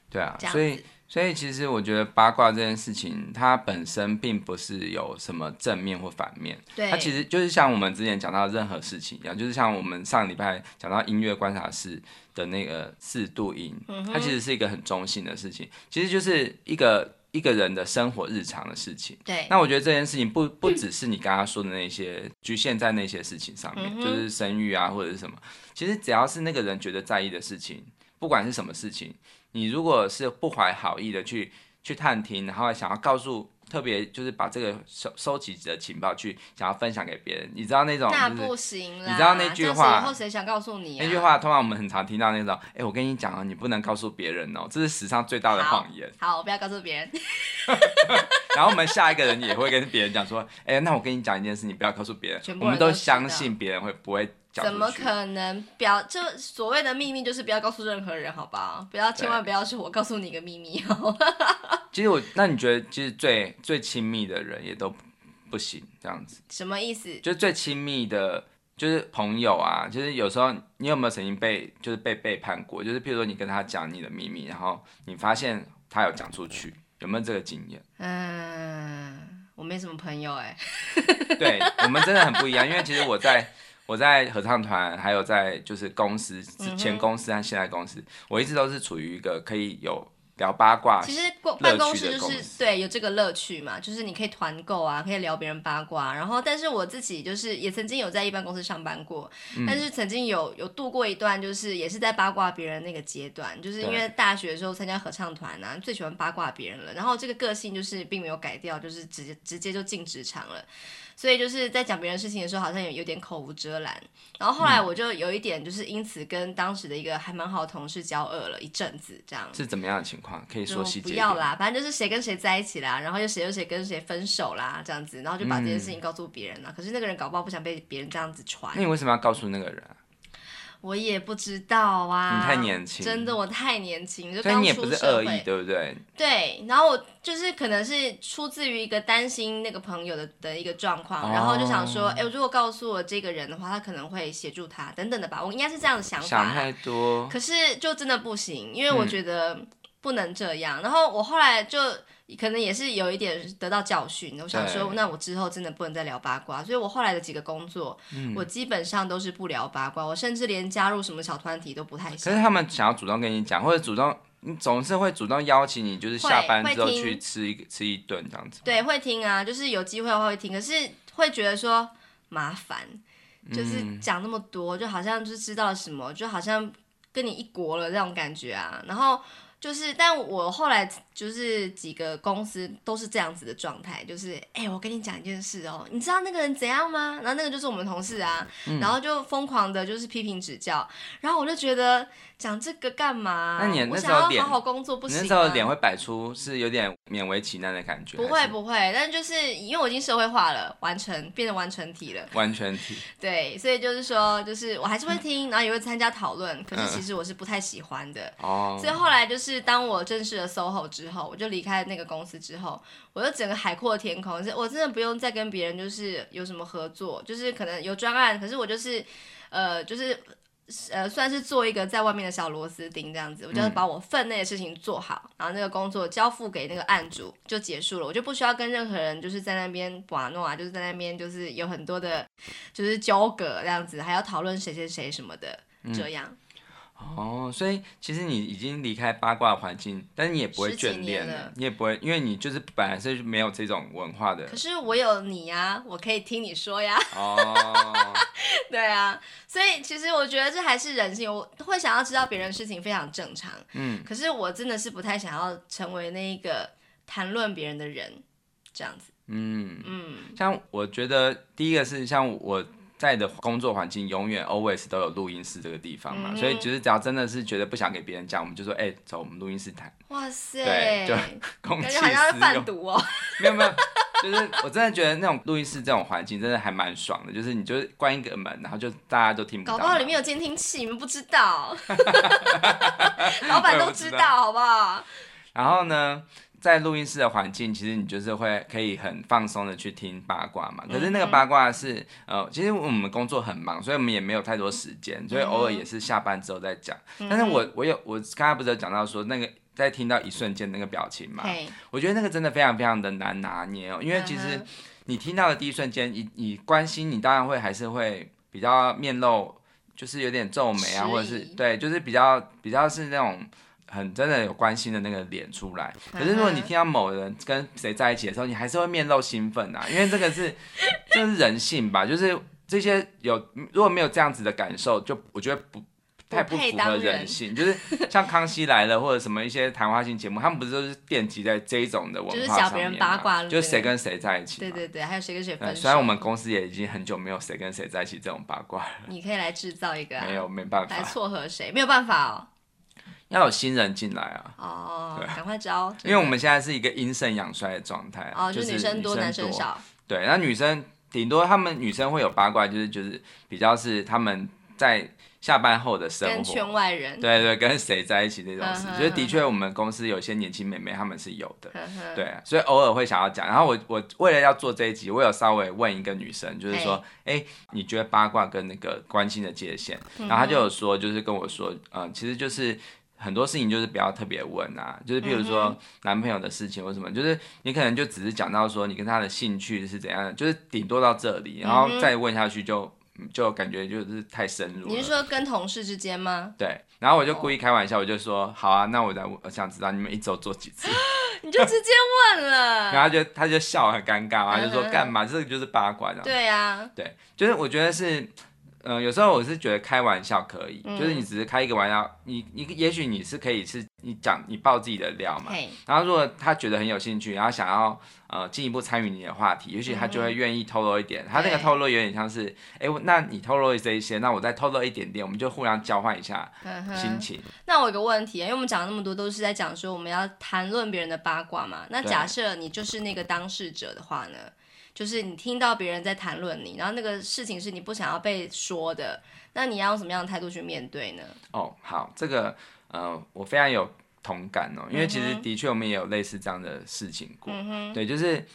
[SPEAKER 2] 对啊
[SPEAKER 1] 这，样
[SPEAKER 2] 所以所以其实我觉得八卦这件事情，它本身并不是有什么正面或反面，
[SPEAKER 1] 对，
[SPEAKER 2] 它其实就是像我们之前讲到任何事情一样，就是像我们上礼拜讲到音乐观察室的那个四度音，它其实是一个很中性的事情，其实就是一个一个人的生活日常的事情。
[SPEAKER 1] 对，
[SPEAKER 2] 那我觉得这件事情不不只是你刚刚说的那些局限在那些事情上面，
[SPEAKER 1] 嗯
[SPEAKER 2] 就是生育啊或者是什么，其实只要是那个人觉得在意的事情，不管是什么事情，你如果是不怀好意的去去探听，然后想要告诉。特别就是把这个收收集的情报去想要分享给别人，你知道那种
[SPEAKER 1] 那
[SPEAKER 2] 就是
[SPEAKER 1] 不行啦。
[SPEAKER 2] 你知道那句
[SPEAKER 1] 这样子
[SPEAKER 2] 话
[SPEAKER 1] 以后谁想告诉你、啊？
[SPEAKER 2] 那句话，通常我们很常听到那种，哎、我跟你讲啊，你不能告诉别人哦，这是史上最大的
[SPEAKER 1] 好
[SPEAKER 2] 谎言。
[SPEAKER 1] 好，我不要告诉别人。
[SPEAKER 2] 然后我们下一个人也会跟别人讲说，哎、那我跟你讲一件事，你不要告诉别人
[SPEAKER 1] 全，部
[SPEAKER 2] 我们
[SPEAKER 1] 人都知道
[SPEAKER 2] 相信别人会不会讲出去。
[SPEAKER 1] 怎么可能表？就所谓的秘密，就是不要告诉任何人，好不好？不要，千万不要是我告诉你一个秘密哦。 (laughs)
[SPEAKER 2] 其实我，那你觉得，其实最最亲密的人也都不行这样子，
[SPEAKER 1] 什么意思？
[SPEAKER 2] 就是最亲密的，就是朋友啊，就是有时候你有没有曾经被就是被背叛过？就是譬如说你跟他讲你的秘密，然后你发现他有讲出去，有没有这个经验？
[SPEAKER 1] 嗯，我没什么朋友哎、
[SPEAKER 2] 对我们真的很不一样，因为其实我在我在合唱团，还有在就是公司
[SPEAKER 1] 嗯
[SPEAKER 2] 之前公司和现在公司，我一直都是处于一个可以有聊八卦，
[SPEAKER 1] 其实公
[SPEAKER 2] 乐
[SPEAKER 1] 办公
[SPEAKER 2] 趣
[SPEAKER 1] 室
[SPEAKER 2] 的
[SPEAKER 1] 就
[SPEAKER 2] 公
[SPEAKER 1] 是
[SPEAKER 2] 司
[SPEAKER 1] 对有这个乐趣嘛，就是你可以团购啊，可以聊别人八卦。然后，但是我自己就是也曾经有在一般公司上班过，
[SPEAKER 2] 嗯
[SPEAKER 1] 但是曾经有有度过一段，就是也是在八卦别人那个阶段，就是因为大学的时候参加合唱团啊，最喜欢八卦别人了。然后这个个性就是并没有改掉，就是直接直接就进职场了。所以就是在讲别人事情的时候，好像有有点口无遮拦。然后后
[SPEAKER 2] 嗯
[SPEAKER 1] 来我就有一点，就是因此跟当时的一个还蛮好的同事交恶了一阵子，这样。
[SPEAKER 2] 是怎么样的情况？可以
[SPEAKER 1] 就
[SPEAKER 2] 说细
[SPEAKER 1] 嗯不
[SPEAKER 2] 节一
[SPEAKER 1] 要
[SPEAKER 2] 点。
[SPEAKER 1] 啦，反正就是谁跟谁在一起啦，然后又谁又谁跟谁分手啦，这样子，然后就把这件事情
[SPEAKER 2] 嗯
[SPEAKER 1] 告诉别人啦。可是那个人搞不好不想被别人这样子传
[SPEAKER 2] 那，你为什么要告诉那个人啊、
[SPEAKER 1] 我也不知道啊。
[SPEAKER 2] 你太年轻
[SPEAKER 1] 真的我太年轻，就
[SPEAKER 2] 所以
[SPEAKER 1] 刚
[SPEAKER 2] 你也
[SPEAKER 1] 出
[SPEAKER 2] 不是
[SPEAKER 1] 社
[SPEAKER 2] 恶意，
[SPEAKER 1] 会。
[SPEAKER 2] 对不对？
[SPEAKER 1] 对，然后我就是可能是出自于一个担心那个朋友的的一个状况，然后就想说，
[SPEAKER 2] 哦
[SPEAKER 1] 哎、如果告诉我这个人的话，他可能会协助他等等的吧，我应该是这样的想法
[SPEAKER 2] 想
[SPEAKER 1] 啦。
[SPEAKER 2] 太多。
[SPEAKER 1] 可是就真的不行，因为我觉得不能这样。然后我后来就可能也是有一点得到教训，我想说，
[SPEAKER 2] 对
[SPEAKER 1] 那我之后真的不能再聊八卦。所以我后来的几个工作，我基本上都是不聊八卦，我甚至连加入什么小团体都不太
[SPEAKER 2] 可
[SPEAKER 1] 想。
[SPEAKER 2] 是他们想要主动跟你讲，或者主动你总是会主动邀请你，就是下
[SPEAKER 1] 会
[SPEAKER 2] 班
[SPEAKER 1] 会
[SPEAKER 2] 之后
[SPEAKER 1] 听
[SPEAKER 2] 去吃一吃一顿这样子。
[SPEAKER 1] 对，会听啊，就是有机会的话会听，可是会觉得说麻烦，
[SPEAKER 2] 嗯
[SPEAKER 1] 就是讲那么多，就好像就是知道了什么，就好像跟你一国了这种感觉啊。然后就是，但我后来就是几个公司都是这样子的状态，就是哎、我跟你讲一件事哦，你知道那个人怎样吗？然后那个就是我们同事啊，
[SPEAKER 2] 嗯
[SPEAKER 1] 然后就疯狂的就是批评指教，然后我就觉得讲这个干嘛？
[SPEAKER 2] 那你
[SPEAKER 1] 我
[SPEAKER 2] 那时
[SPEAKER 1] 想
[SPEAKER 2] 候
[SPEAKER 1] 要
[SPEAKER 2] 脸
[SPEAKER 1] 好好工作不
[SPEAKER 2] 你
[SPEAKER 1] 行、吗？啊
[SPEAKER 2] 那时候脸会摆出是有点勉为其难的感觉，
[SPEAKER 1] 不
[SPEAKER 2] 还
[SPEAKER 1] 会
[SPEAKER 2] 是
[SPEAKER 1] 不会，但就是因为我已经社会化了，完成变成完成体了，
[SPEAKER 2] 完
[SPEAKER 1] (laughs)
[SPEAKER 2] 全体
[SPEAKER 1] 对，所以就是说，就是我还是会听，然后也会参加讨论，可是
[SPEAKER 2] 嗯
[SPEAKER 1] 其实我是不太喜欢的。
[SPEAKER 2] 哦
[SPEAKER 1] 所以后来就是当我正式的 SOHO 之后，我就离开那个公司之后，我就整个海阔天空，是我真的不用再跟别人就是有什么合作，就是可能有专案，可是我就是呃就是。呃，算是做一个在外面的小螺丝钉这样子，我就是把我分内的事情做好，然后那个工作交付给那个案主就结束了，我就不需要跟任何人就是在那边玩弄啊，就是在那边就是有很多的，就是纠葛这样子，还要讨论谁谁谁什么的，这样。
[SPEAKER 2] 哦，所以其实你已经离开八卦的环境，但是你也不会
[SPEAKER 1] 十几
[SPEAKER 2] 眷恋
[SPEAKER 1] 年
[SPEAKER 2] 了
[SPEAKER 1] 了，
[SPEAKER 2] 你也不会，因为你就是本来是没有这种文化的
[SPEAKER 1] 可是我有你呀、我可以听你说呀， (laughs)
[SPEAKER 2] 哦。
[SPEAKER 1] 对啊，所以其实我觉得这还是人性，我会想要知道别人的事情非常正常，
[SPEAKER 2] 嗯，
[SPEAKER 1] 可是我真的是不太想要成为那一个谈论别人的人，这样子，
[SPEAKER 2] 嗯，
[SPEAKER 1] 嗯，
[SPEAKER 2] 像我觉得第一个是像我在的工作环境，永远 always 都有录音室这个地方嘛，
[SPEAKER 1] 嗯
[SPEAKER 2] 所以就是只要真的是觉得不想给别人讲，我们就说，哎、走，我们录音室谈，
[SPEAKER 1] 哇塞，
[SPEAKER 2] 对就
[SPEAKER 1] 感
[SPEAKER 2] 空 (laughs) 气
[SPEAKER 1] 觉好像
[SPEAKER 2] 私
[SPEAKER 1] 是
[SPEAKER 2] 用
[SPEAKER 1] 贩毒哦，
[SPEAKER 2] 没有没有，就是我真的觉得那种录音室这种环境真的还蛮爽的，就是你就是关一个门，然后就大家都听不到
[SPEAKER 1] 搞
[SPEAKER 2] 嘛。
[SPEAKER 1] 不好里面有监听器，你们不知
[SPEAKER 2] (laughs)
[SPEAKER 1] 道，老板都
[SPEAKER 2] 我也不知
[SPEAKER 1] 知
[SPEAKER 2] 道
[SPEAKER 1] 道，好不好？
[SPEAKER 2] 然后呢，在录音室的环境，其实你就是会可以很放松的去听八卦嘛。可是那个八卦是，呃，其实我们工作很忙，所以我们也没有太多时间，所以偶尔也是下班之后再讲。
[SPEAKER 1] 嗯
[SPEAKER 2] 但是我我有我刚才不是有讲到说那个。在听到一瞬间那个表情嘛，
[SPEAKER 1] 嘿，
[SPEAKER 2] 我觉得那个真的非常非常的难拿捏哦，因为其
[SPEAKER 1] 嗯
[SPEAKER 2] 实
[SPEAKER 1] 哼
[SPEAKER 2] 你听到的第一瞬间，你你关心，你当然会还是会比较面露，就是有点皱眉啊，
[SPEAKER 1] 迟疑
[SPEAKER 2] 或者是对，就是比较比较是那种很真的有关心的那个脸出来。
[SPEAKER 1] 嗯哼
[SPEAKER 2] 可是如果你听到某人跟谁在一起的时候，你还是会面露兴奋啊，因为这个是 (laughs) 这是人性吧，就是这些有如果没有这样子的感受，就我觉得不。
[SPEAKER 1] 不
[SPEAKER 2] 太不
[SPEAKER 1] 配
[SPEAKER 2] 符合
[SPEAKER 1] 当
[SPEAKER 2] 人
[SPEAKER 1] 人
[SPEAKER 2] 性，就是像《康熙来了》或者什么一些谈话性节目，他们不是都是奠基在这一种的文
[SPEAKER 1] 就是
[SPEAKER 2] 化
[SPEAKER 1] 讲
[SPEAKER 2] 上
[SPEAKER 1] 别
[SPEAKER 2] 面
[SPEAKER 1] 人八
[SPEAKER 2] 嘛
[SPEAKER 1] 卦
[SPEAKER 2] 就是谁
[SPEAKER 1] 对
[SPEAKER 2] 跟谁在一起嘛。
[SPEAKER 1] 对对对，还有谁跟谁分
[SPEAKER 2] 嗯，
[SPEAKER 1] 手？
[SPEAKER 2] 虽然我们公司也已经很久没有谁跟谁在一起这种八卦了，
[SPEAKER 1] 你可以来制造一个、啊，
[SPEAKER 2] 没有没办法
[SPEAKER 1] 来，撮合谁，没有办法哦。
[SPEAKER 2] 要有新人进来啊，
[SPEAKER 1] 哦
[SPEAKER 2] 对，
[SPEAKER 1] 赶快招，真的
[SPEAKER 2] 因为我们现在是一个阴盛阳衰的状态啊，
[SPEAKER 1] 哦，
[SPEAKER 2] 就
[SPEAKER 1] 就是女生多，
[SPEAKER 2] 女
[SPEAKER 1] 男生
[SPEAKER 2] 多
[SPEAKER 1] 少，
[SPEAKER 2] 对，那女生顶多她们女生会有八卦，就是就是比较是她们在下班后的生
[SPEAKER 1] 跟
[SPEAKER 2] 活，
[SPEAKER 1] 圈外人。
[SPEAKER 2] (laughs) 对对，跟谁在一起这种事，
[SPEAKER 1] 嗯
[SPEAKER 2] 就是
[SPEAKER 1] 嗯
[SPEAKER 2] 的
[SPEAKER 1] 嗯
[SPEAKER 2] 确我们公司有些年轻妹妹她们是有的，
[SPEAKER 1] 呵呵，
[SPEAKER 2] 对，啊所以偶尔会想要讲。然后我我为了要做这一集，我有稍微问一个女生，就是说，哎、你觉得八卦跟那个关心的界限？
[SPEAKER 1] 嗯
[SPEAKER 2] 然后她就有说，就是跟我说，呃，其实就是。很多事情就是不要特别问啊，就是譬如
[SPEAKER 1] 嗯
[SPEAKER 2] 说男朋友的事情或什么，就是你可能就只是讲到说你跟他的兴趣是怎样的，就是顶多到这里，然后
[SPEAKER 1] 嗯哼
[SPEAKER 2] 再问下去就就感觉就是太深入了。
[SPEAKER 1] 你是说跟同事之间吗？
[SPEAKER 2] 对，然后我
[SPEAKER 1] 哦
[SPEAKER 2] 就故意开玩笑，我就说好啊，那我来，我想知道你们一周做几次，
[SPEAKER 1] (laughs)
[SPEAKER 2] (laughs)
[SPEAKER 1] 你就直接问 (laughs)
[SPEAKER 2] 然
[SPEAKER 1] 了。
[SPEAKER 2] 后他就他就笑很尴尬嘛，
[SPEAKER 1] 嗯
[SPEAKER 2] 就说干嘛？这个就是八卦这样。
[SPEAKER 1] 对啊，
[SPEAKER 2] 对，就是我觉得是，呃，有时候我是觉得开玩笑可以，
[SPEAKER 1] 嗯
[SPEAKER 2] 就是你只是开一个玩笑，你你也许你是可以是你讲你爆自己的料嘛。
[SPEAKER 1] 嘿，
[SPEAKER 2] 然后如果他觉得很有兴趣，然后想要呃进一步参与你的话题，也许他就会愿意透露一点。他那个
[SPEAKER 1] 嗯对
[SPEAKER 2] 透露有点像是，哎、我那你透露这一些，那我再透露一点点，我们就互相交换一下
[SPEAKER 1] 呵
[SPEAKER 2] 心
[SPEAKER 1] 呵。
[SPEAKER 2] 情。
[SPEAKER 1] 嗯那我有个问题，因为我们讲了那么多，都是在讲说我们要谈论别人的八卦嘛。那
[SPEAKER 2] 对
[SPEAKER 1] 假设你就是那个当事者的话呢？就是你听到别人在谈论你，然后那个事情是你不想要被说的，那你要用什么样的态度去面对呢？
[SPEAKER 2] 哦，好，这个呃，我非常有同感哦，因为其实
[SPEAKER 1] 嗯哼
[SPEAKER 2] 的确我们也有类似这样的事情过。
[SPEAKER 1] 嗯哼，
[SPEAKER 2] 对，就是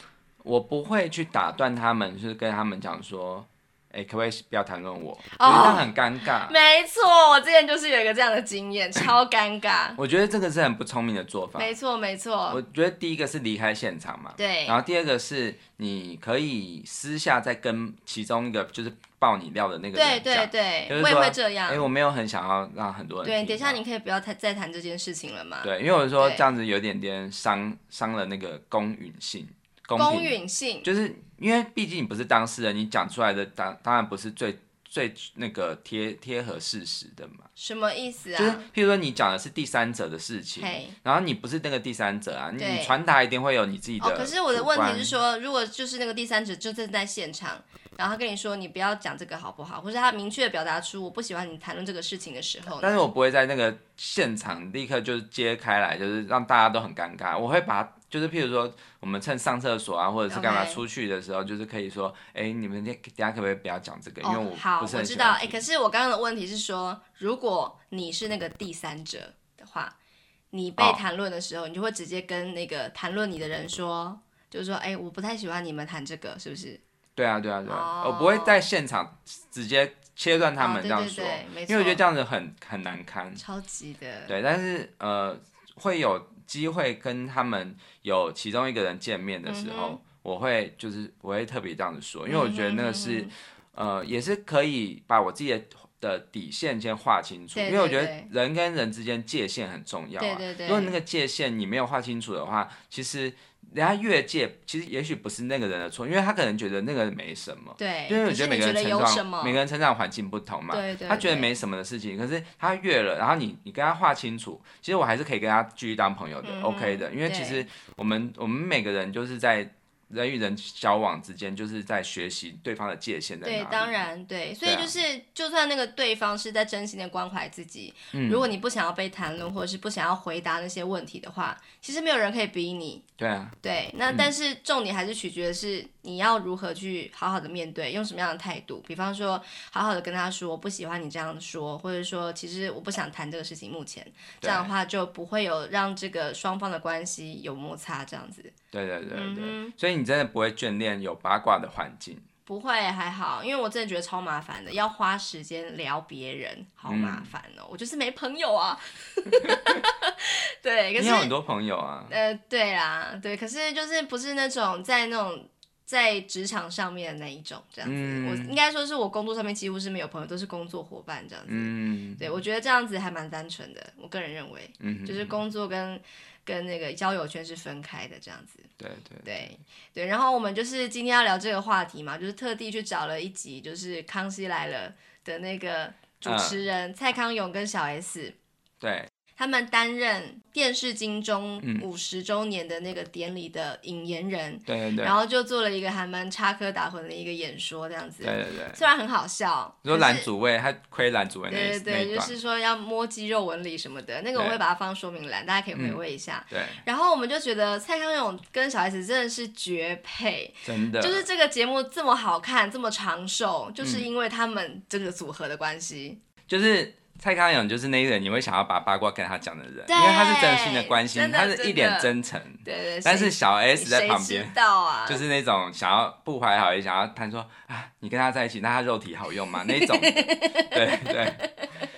[SPEAKER 2] 我不会去打断他们，就是跟他们讲说，哎、可不可以不要谈论我？
[SPEAKER 1] 哦
[SPEAKER 2] 我觉得那很尴尬。
[SPEAKER 1] 没错，我之前就是有一个这样的经验，超尴尬。
[SPEAKER 2] 我觉得这个是很不聪明的做法。
[SPEAKER 1] 没错，没错
[SPEAKER 2] 我，觉得第一个是离开现场嘛，
[SPEAKER 1] 对
[SPEAKER 2] 然后第二个是你可以私下再跟其中一个就是爆你料的那个
[SPEAKER 1] 对
[SPEAKER 2] 人
[SPEAKER 1] 对
[SPEAKER 2] 讲，
[SPEAKER 1] 对
[SPEAKER 2] 就，是
[SPEAKER 1] 我也
[SPEAKER 2] 说
[SPEAKER 1] 会这样
[SPEAKER 2] 哎、。我没有很想要让很多人
[SPEAKER 1] 对，
[SPEAKER 2] 听
[SPEAKER 1] 等一下
[SPEAKER 2] 到
[SPEAKER 1] 你可以不要太再谈这件事情了嘛。
[SPEAKER 2] 对，因为我说
[SPEAKER 1] 啊对
[SPEAKER 2] 这样子有点点伤伤了那个公允性，公
[SPEAKER 1] 公
[SPEAKER 2] 平
[SPEAKER 1] 允性，
[SPEAKER 2] 就是因为毕竟你不是当事人，你讲出来的当当然不是最最那个贴贴合事实的嘛。
[SPEAKER 1] 什么意思
[SPEAKER 2] 就是
[SPEAKER 1] 啊？
[SPEAKER 2] 譬如说你讲的是第三者的事情
[SPEAKER 1] 嘿，
[SPEAKER 2] 然后你不是那个第三者啊，你
[SPEAKER 1] 对
[SPEAKER 2] 你传达一定会有你自己的、
[SPEAKER 1] 哦，可是我的问题是，说，如果就是那个第三者就正在现场，然后他跟你说你不要讲这个好不好，或是他明确地表达出我不喜欢你谈论这个事情的时候呢，
[SPEAKER 2] 但是我不会在那个现场立刻就是揭开来，就是让大家都很尴尬。我会把它就是譬如说，我们趁上厕所啊，或者是干嘛
[SPEAKER 1] OK
[SPEAKER 2] 出去的时候，就是可以说，哎、你们等等下可不可以不要讲这个？因为
[SPEAKER 1] 哦，好，
[SPEAKER 2] 不是
[SPEAKER 1] 我
[SPEAKER 2] 很
[SPEAKER 1] 知
[SPEAKER 2] 喜
[SPEAKER 1] 道。
[SPEAKER 2] 欢
[SPEAKER 1] 哎、可是我刚刚的问题是说，如果你是那个第三者的话，你被
[SPEAKER 2] 哦
[SPEAKER 1] 谈论的时候，你就会直接跟那个谈论你的人说，就是说，哎、我不太喜欢你们谈这个，是不是？
[SPEAKER 2] 对啊，对啊，对啊，
[SPEAKER 1] 哦
[SPEAKER 2] 我不会在现场直接切断他
[SPEAKER 1] 哦
[SPEAKER 2] 们
[SPEAKER 1] 对
[SPEAKER 2] 这样
[SPEAKER 1] 对
[SPEAKER 2] 说，
[SPEAKER 1] 对没
[SPEAKER 2] 因为我觉
[SPEAKER 1] 错
[SPEAKER 2] 得这样子很很难堪。
[SPEAKER 1] 超级的，
[SPEAKER 2] 对，但是呃，会有机会跟他们有其中一个人见面的时候，
[SPEAKER 1] 嗯哼
[SPEAKER 2] 我会就是我会特别这样子说，因为我觉得那个是、
[SPEAKER 1] 嗯
[SPEAKER 2] 呃，也是可以把我自己的的底线先划清楚，
[SPEAKER 1] 对
[SPEAKER 2] 因为我
[SPEAKER 1] 对
[SPEAKER 2] 觉得
[SPEAKER 1] 对
[SPEAKER 2] 人跟人之间界限很重要啊。
[SPEAKER 1] 对对对
[SPEAKER 2] 如果那个界限你没有划清楚的话，其实人家越界，其实也许不是那个人的错，因为他可能觉得那个没什么。
[SPEAKER 1] 对，
[SPEAKER 2] 因为我
[SPEAKER 1] 可是
[SPEAKER 2] 觉得每
[SPEAKER 1] 你
[SPEAKER 2] 个
[SPEAKER 1] 觉
[SPEAKER 2] 人
[SPEAKER 1] 得
[SPEAKER 2] 成
[SPEAKER 1] 有什
[SPEAKER 2] 长，
[SPEAKER 1] 么？
[SPEAKER 2] 每个人成长环境不同嘛，
[SPEAKER 1] 对对
[SPEAKER 2] 他觉得
[SPEAKER 1] 对
[SPEAKER 2] 没什么的事情，可是他越了，然后你你跟他划清楚，其实我还是可以跟他继续当朋友的、
[SPEAKER 1] 嗯
[SPEAKER 2] o k 的，因为其实我们我们每个人就是在人与人交往之间，就是在学习对方的界限在哪里。
[SPEAKER 1] 对，当，然对，所以
[SPEAKER 2] 对啊
[SPEAKER 1] 就是，就算那个对方是在真心的关怀自己，
[SPEAKER 2] 嗯
[SPEAKER 1] 如果你不想要被谈论，或者是不想要回答那些问题的话，其实没有人可以逼你。
[SPEAKER 2] 对啊，
[SPEAKER 1] 对，那但是重点还是取决的是你要如何去好好的面对，用什么样的态度。比方说，好好的跟他说，我不喜欢你这样说，或者说，其实我不想谈这个事情，目前这样的话就不会有让这个双方的关系有摩擦，这样子
[SPEAKER 2] 对对对对，
[SPEAKER 1] 嗯
[SPEAKER 2] 所以你真的不会眷恋有八卦的环境。
[SPEAKER 1] 不会还好，因为我真的觉得超麻烦的，要花时间聊别人，好
[SPEAKER 2] 嗯
[SPEAKER 1] 麻烦哦，我就是没朋友啊。 (laughs) 对，可
[SPEAKER 2] 你
[SPEAKER 1] 是
[SPEAKER 2] 有很多朋友啊，
[SPEAKER 1] 呃，对啦，对，可是就是不是那种在那种在职场上面的那一种这样子，
[SPEAKER 2] 嗯
[SPEAKER 1] 我应该说是我工作上面几乎是没有朋友，都是工作伙伴这样子。
[SPEAKER 2] 嗯
[SPEAKER 1] 对，我觉得这样子还蛮单纯的，我个人认为，
[SPEAKER 2] 嗯哼，
[SPEAKER 1] 就是工作跟跟那个交友圈是分开的这样子。
[SPEAKER 2] 对对
[SPEAKER 1] 对对，然后我们就是今天要聊这个话题嘛，就是特地去找了一集，就是《康熙来了》的那个主
[SPEAKER 2] 嗯
[SPEAKER 1] 持人、蔡康永跟小 S。
[SPEAKER 2] 对，
[SPEAKER 1] 他们担任电视金钟
[SPEAKER 2] 嗯
[SPEAKER 1] 五十周年的那个典礼的引言人，
[SPEAKER 2] 对对对，
[SPEAKER 1] 然后就做了一个还蛮插科打诨的一个演说，这样子
[SPEAKER 2] 对。对对。
[SPEAKER 1] 虽然很好笑，
[SPEAKER 2] 你说
[SPEAKER 1] 可是
[SPEAKER 2] 蓝主位，他亏蓝主位那
[SPEAKER 1] 对对
[SPEAKER 2] 一那
[SPEAKER 1] 对，
[SPEAKER 2] 一
[SPEAKER 1] 就
[SPEAKER 2] 段，
[SPEAKER 1] 是说要摸肌肉纹理什么的，那个我
[SPEAKER 2] 对嗯
[SPEAKER 1] 会把它放说明栏，大家可以回味一下。
[SPEAKER 2] 对，
[SPEAKER 1] 然后我们就觉得蔡康永跟小 S 真的是绝配，
[SPEAKER 2] 真的
[SPEAKER 1] 就是这个节目这么好看，这么长寿，就是
[SPEAKER 2] 嗯
[SPEAKER 1] 因为他们这个组合的关系。
[SPEAKER 2] 就是蔡康永就是那一人，你会想要把八卦跟他讲的人，
[SPEAKER 1] 对
[SPEAKER 2] 因为他是真心的关心
[SPEAKER 1] 真，的
[SPEAKER 2] 他是一脸
[SPEAKER 1] 真
[SPEAKER 2] 真诚。
[SPEAKER 1] 对对对，
[SPEAKER 2] 但是
[SPEAKER 1] 谁
[SPEAKER 2] 小 S 在旁
[SPEAKER 1] 谁知
[SPEAKER 2] 边，
[SPEAKER 1] 道啊？
[SPEAKER 2] 就是那种想要不怀好意，想要谈说啊，你跟他在一起，那他肉体好用吗？
[SPEAKER 1] (laughs)
[SPEAKER 2] 那种，对对。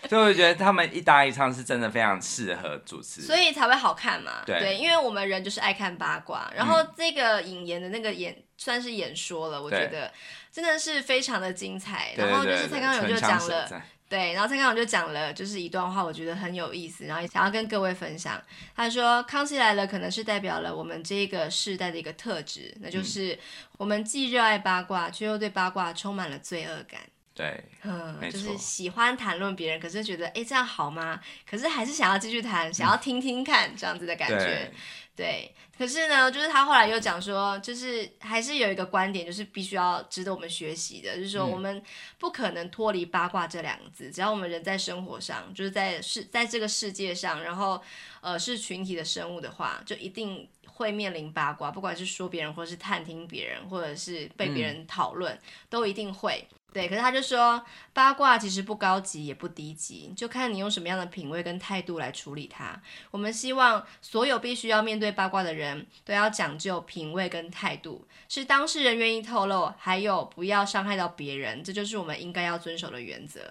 [SPEAKER 2] 所以我觉得他们一搭一唱是真的非常适合主持。
[SPEAKER 1] 所以才会好看嘛。
[SPEAKER 2] 对嗯
[SPEAKER 1] 因为我们人就是爱看八卦，然后这个引言的那个演、算是演说了，我觉
[SPEAKER 2] 对
[SPEAKER 1] 得真的是非常的精彩。
[SPEAKER 2] 对
[SPEAKER 1] 然后
[SPEAKER 2] 对
[SPEAKER 1] 就是蔡
[SPEAKER 2] 对对，
[SPEAKER 1] 康永
[SPEAKER 2] 唇
[SPEAKER 1] 就
[SPEAKER 2] 枪
[SPEAKER 1] 讲
[SPEAKER 2] 舌
[SPEAKER 1] 了，
[SPEAKER 2] 战
[SPEAKER 1] 对，然后蔡康永就讲了，就是一段话，我觉得很有意思，然后也想要跟各位分享。他说，《康熙来了》可能是代表了我们这个世代的一个特质，那
[SPEAKER 2] 嗯
[SPEAKER 1] 就是我们既热爱八卦，却又对八卦充满了罪恶感。
[SPEAKER 2] 对，
[SPEAKER 1] 嗯，
[SPEAKER 2] 没
[SPEAKER 1] 就是
[SPEAKER 2] 错
[SPEAKER 1] 喜欢谈论别人，可是觉得哎、诶这样好吗？可是还是想要继续谈，想要
[SPEAKER 2] 嗯
[SPEAKER 1] 听听看这样子的感觉
[SPEAKER 2] 对。，
[SPEAKER 1] 对，可是呢，就是他后来又讲说，就是还是有一个观点，就是必须要值得我们学习的，就是说
[SPEAKER 2] 嗯
[SPEAKER 1] 我们不可能脱离八卦这两个字，只要我们人在生活上，就是在世在这个世界上，然后呃是群体的生物的话，就一定。会面临八卦，不管是说别人，或是探听别人，或者是被别人讨论，都一定会。对，可是他就说八卦其实不高级也不低级，就看你用什么样的品味跟态度来处理它。我们希望所有必须要面对八卦的人都要讲究品味跟态度，是当事人愿意透露，还有不要伤害到别人，这就是我们应该要遵守的原则。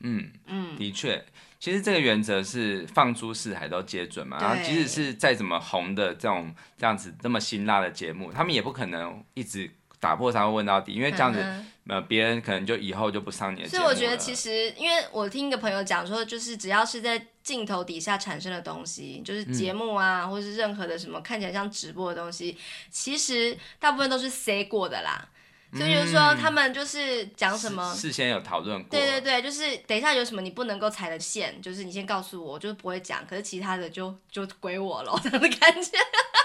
[SPEAKER 2] 嗯嗯，的确，其实这个原则是放诸四海都皆准嘛。然后，即使是再怎么红的这种这样子这么辛辣的节目，他们也不可能一直打破砂锅问到底，因为这样子，
[SPEAKER 1] 嗯
[SPEAKER 2] 呃，别人可能就以后就不上你的节
[SPEAKER 1] 所以
[SPEAKER 2] 目
[SPEAKER 1] 我觉得，
[SPEAKER 2] 了
[SPEAKER 1] 其实因为我听一个朋友讲说，就是只要是在镜头底下产生的东西，就是
[SPEAKER 2] 嗯
[SPEAKER 1] 节目啊，或是任何的什么看起来像直播的东西，其实大部分都是 say 过的啦。所以就是说，
[SPEAKER 2] 嗯
[SPEAKER 1] 他们就是讲什么
[SPEAKER 2] 事。事先有讨论过，
[SPEAKER 1] 对对对，就是等一下有什么你不能够踩的线，就是你先告诉我，我就是不会讲，可是其他的就就归我了， (laughs) 这样的感觉。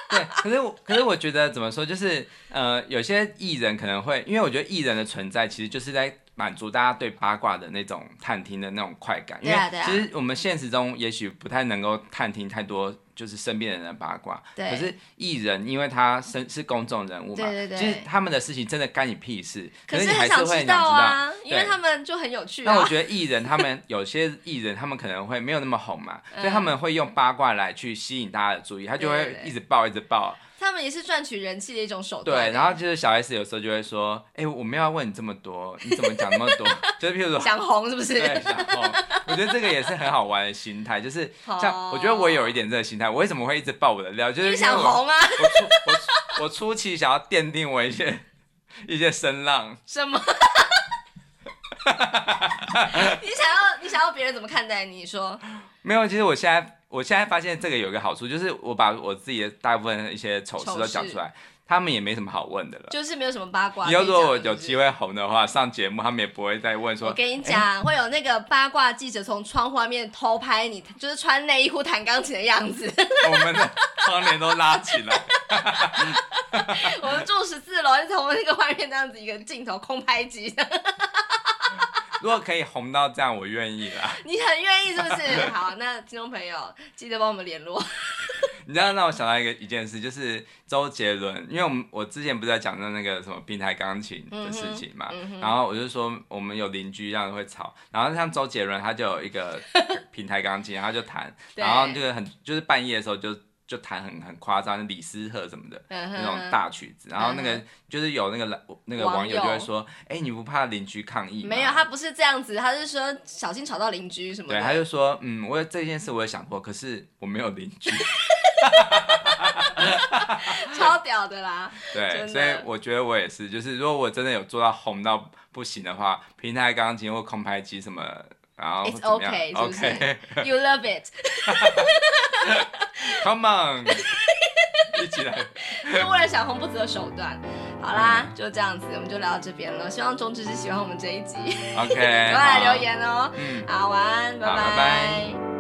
[SPEAKER 2] 对，可是我可是我觉得怎么说，就是呃，有些艺人可能会，因为我觉得艺人的存在其实就是在满足大家对八卦的那种探听的那种快感，因
[SPEAKER 1] 对
[SPEAKER 2] 为
[SPEAKER 1] 啊对啊
[SPEAKER 2] 其实我们现实中也许不太能够探听太多。就是身边人的八卦，
[SPEAKER 1] 对
[SPEAKER 2] 可是艺人，因为他身是公众人物嘛，
[SPEAKER 1] 对对对
[SPEAKER 2] 其实他们的事情真的干你屁事，可
[SPEAKER 1] 是
[SPEAKER 2] 你还
[SPEAKER 1] 很
[SPEAKER 2] 是
[SPEAKER 1] 想
[SPEAKER 2] 会
[SPEAKER 1] 知
[SPEAKER 2] 想知道。
[SPEAKER 1] 啊，因为
[SPEAKER 2] 对
[SPEAKER 1] 他们就很有趣
[SPEAKER 2] 那我
[SPEAKER 1] 啊。
[SPEAKER 2] 觉得艺人他们有些艺人他们可能会没有那么
[SPEAKER 1] (laughs)
[SPEAKER 2] 红嘛，所以他们会用八卦来去吸引大家的注意，他就
[SPEAKER 1] 嗯对对
[SPEAKER 2] 会
[SPEAKER 1] 对
[SPEAKER 2] 一直爆一直爆，
[SPEAKER 1] 他们也是赚取人气的一种手段欸。
[SPEAKER 2] 对，然后就是小 S 有时候就会说：“哎、我没有要问你这么多，你怎么讲那么多？” (laughs) 就是譬如说，
[SPEAKER 1] 想红是不是？
[SPEAKER 2] 对，然后哦我觉得这个也是很好玩的心态，就是
[SPEAKER 1] 好
[SPEAKER 2] 像我觉得我有一点这个心态，我为什么会一直爆我的料，就是
[SPEAKER 1] 因 (laughs) 为
[SPEAKER 2] 因为
[SPEAKER 1] 想
[SPEAKER 2] 我
[SPEAKER 1] 红啊？
[SPEAKER 2] 我初我初我初期想要奠定我一些一些声浪，
[SPEAKER 1] 什么？ (laughs) 你想要你想要别人怎么看待你？你说
[SPEAKER 2] 没有，其实我现在我现在发现这个有一个好处，就是我把我自己的大部分的一些丑事
[SPEAKER 1] 丑
[SPEAKER 2] 都讲
[SPEAKER 1] 事
[SPEAKER 2] 出来，他们也没什么好问的了。
[SPEAKER 1] 就是没有什么八卦。
[SPEAKER 2] 以后如果我
[SPEAKER 1] 可以讲
[SPEAKER 2] 有
[SPEAKER 1] 是不是
[SPEAKER 2] 机会红的话，上节目他们也不会再问说哎
[SPEAKER 1] 我跟你讲，会有那个八卦记者从窗户外面偷拍你，就是穿内衣裤弹钢琴的样子。
[SPEAKER 2] (laughs) 我们的窗帘都拉起来。 (laughs)
[SPEAKER 1] (laughs) 我们住十四楼，就从那个外面这样子一个镜头空拍机，
[SPEAKER 2] 如果可以红到这样，我愿意啦。 (laughs)
[SPEAKER 1] 你很愿意是不是？好，那听众朋友记得帮我们联络。
[SPEAKER 2] 你知道让我想到一个一件事，就是周杰伦，因为我们我之前不是在讲到那个什么平台钢琴的事情嘛，
[SPEAKER 1] 嗯哼嗯哼
[SPEAKER 2] 然后我就说我们有邻居这样会吵，然后像周杰伦他就有一个平台钢琴，然后他就弹，
[SPEAKER 1] (laughs) 对
[SPEAKER 2] 然后这个很就是半夜的时候就就弹很很夸张，李斯特什么的。那
[SPEAKER 1] 那
[SPEAKER 2] 种大曲子，然后那
[SPEAKER 1] 嗯
[SPEAKER 2] 个就是有那个来那个
[SPEAKER 1] 网
[SPEAKER 2] 网友就
[SPEAKER 1] 友
[SPEAKER 2] 会说，哎、你不怕邻居抗议
[SPEAKER 1] (laughs)
[SPEAKER 2] 吗？
[SPEAKER 1] 没有，他不是这样子，他是说小心吵到邻居什么的。
[SPEAKER 2] 对，他就说，嗯，我有这件事我也想过，可是我没有邻居，
[SPEAKER 1] (laughs) (laughs) 超屌的啦！
[SPEAKER 2] 对，
[SPEAKER 1] 真的
[SPEAKER 2] 所以我觉得我也是，就是如果我真的有做到红到不行的话，平台钢琴或空拍机什么，然后
[SPEAKER 1] It's
[SPEAKER 2] 怎么样
[SPEAKER 1] okay，是不是
[SPEAKER 2] OK， (laughs)
[SPEAKER 1] You love it，
[SPEAKER 2] come on，一起来，
[SPEAKER 1] 就为了想红不择手段。好啦，
[SPEAKER 2] 嗯
[SPEAKER 1] 就这样子，我们就聊到这边了。希望中之是喜欢我们这一集，
[SPEAKER 2] OK，
[SPEAKER 1] (laughs) 赶快来
[SPEAKER 2] 哎好
[SPEAKER 1] 留，言哦。
[SPEAKER 2] 嗯。
[SPEAKER 1] 好，晚安，
[SPEAKER 2] 好拜拜
[SPEAKER 1] 拜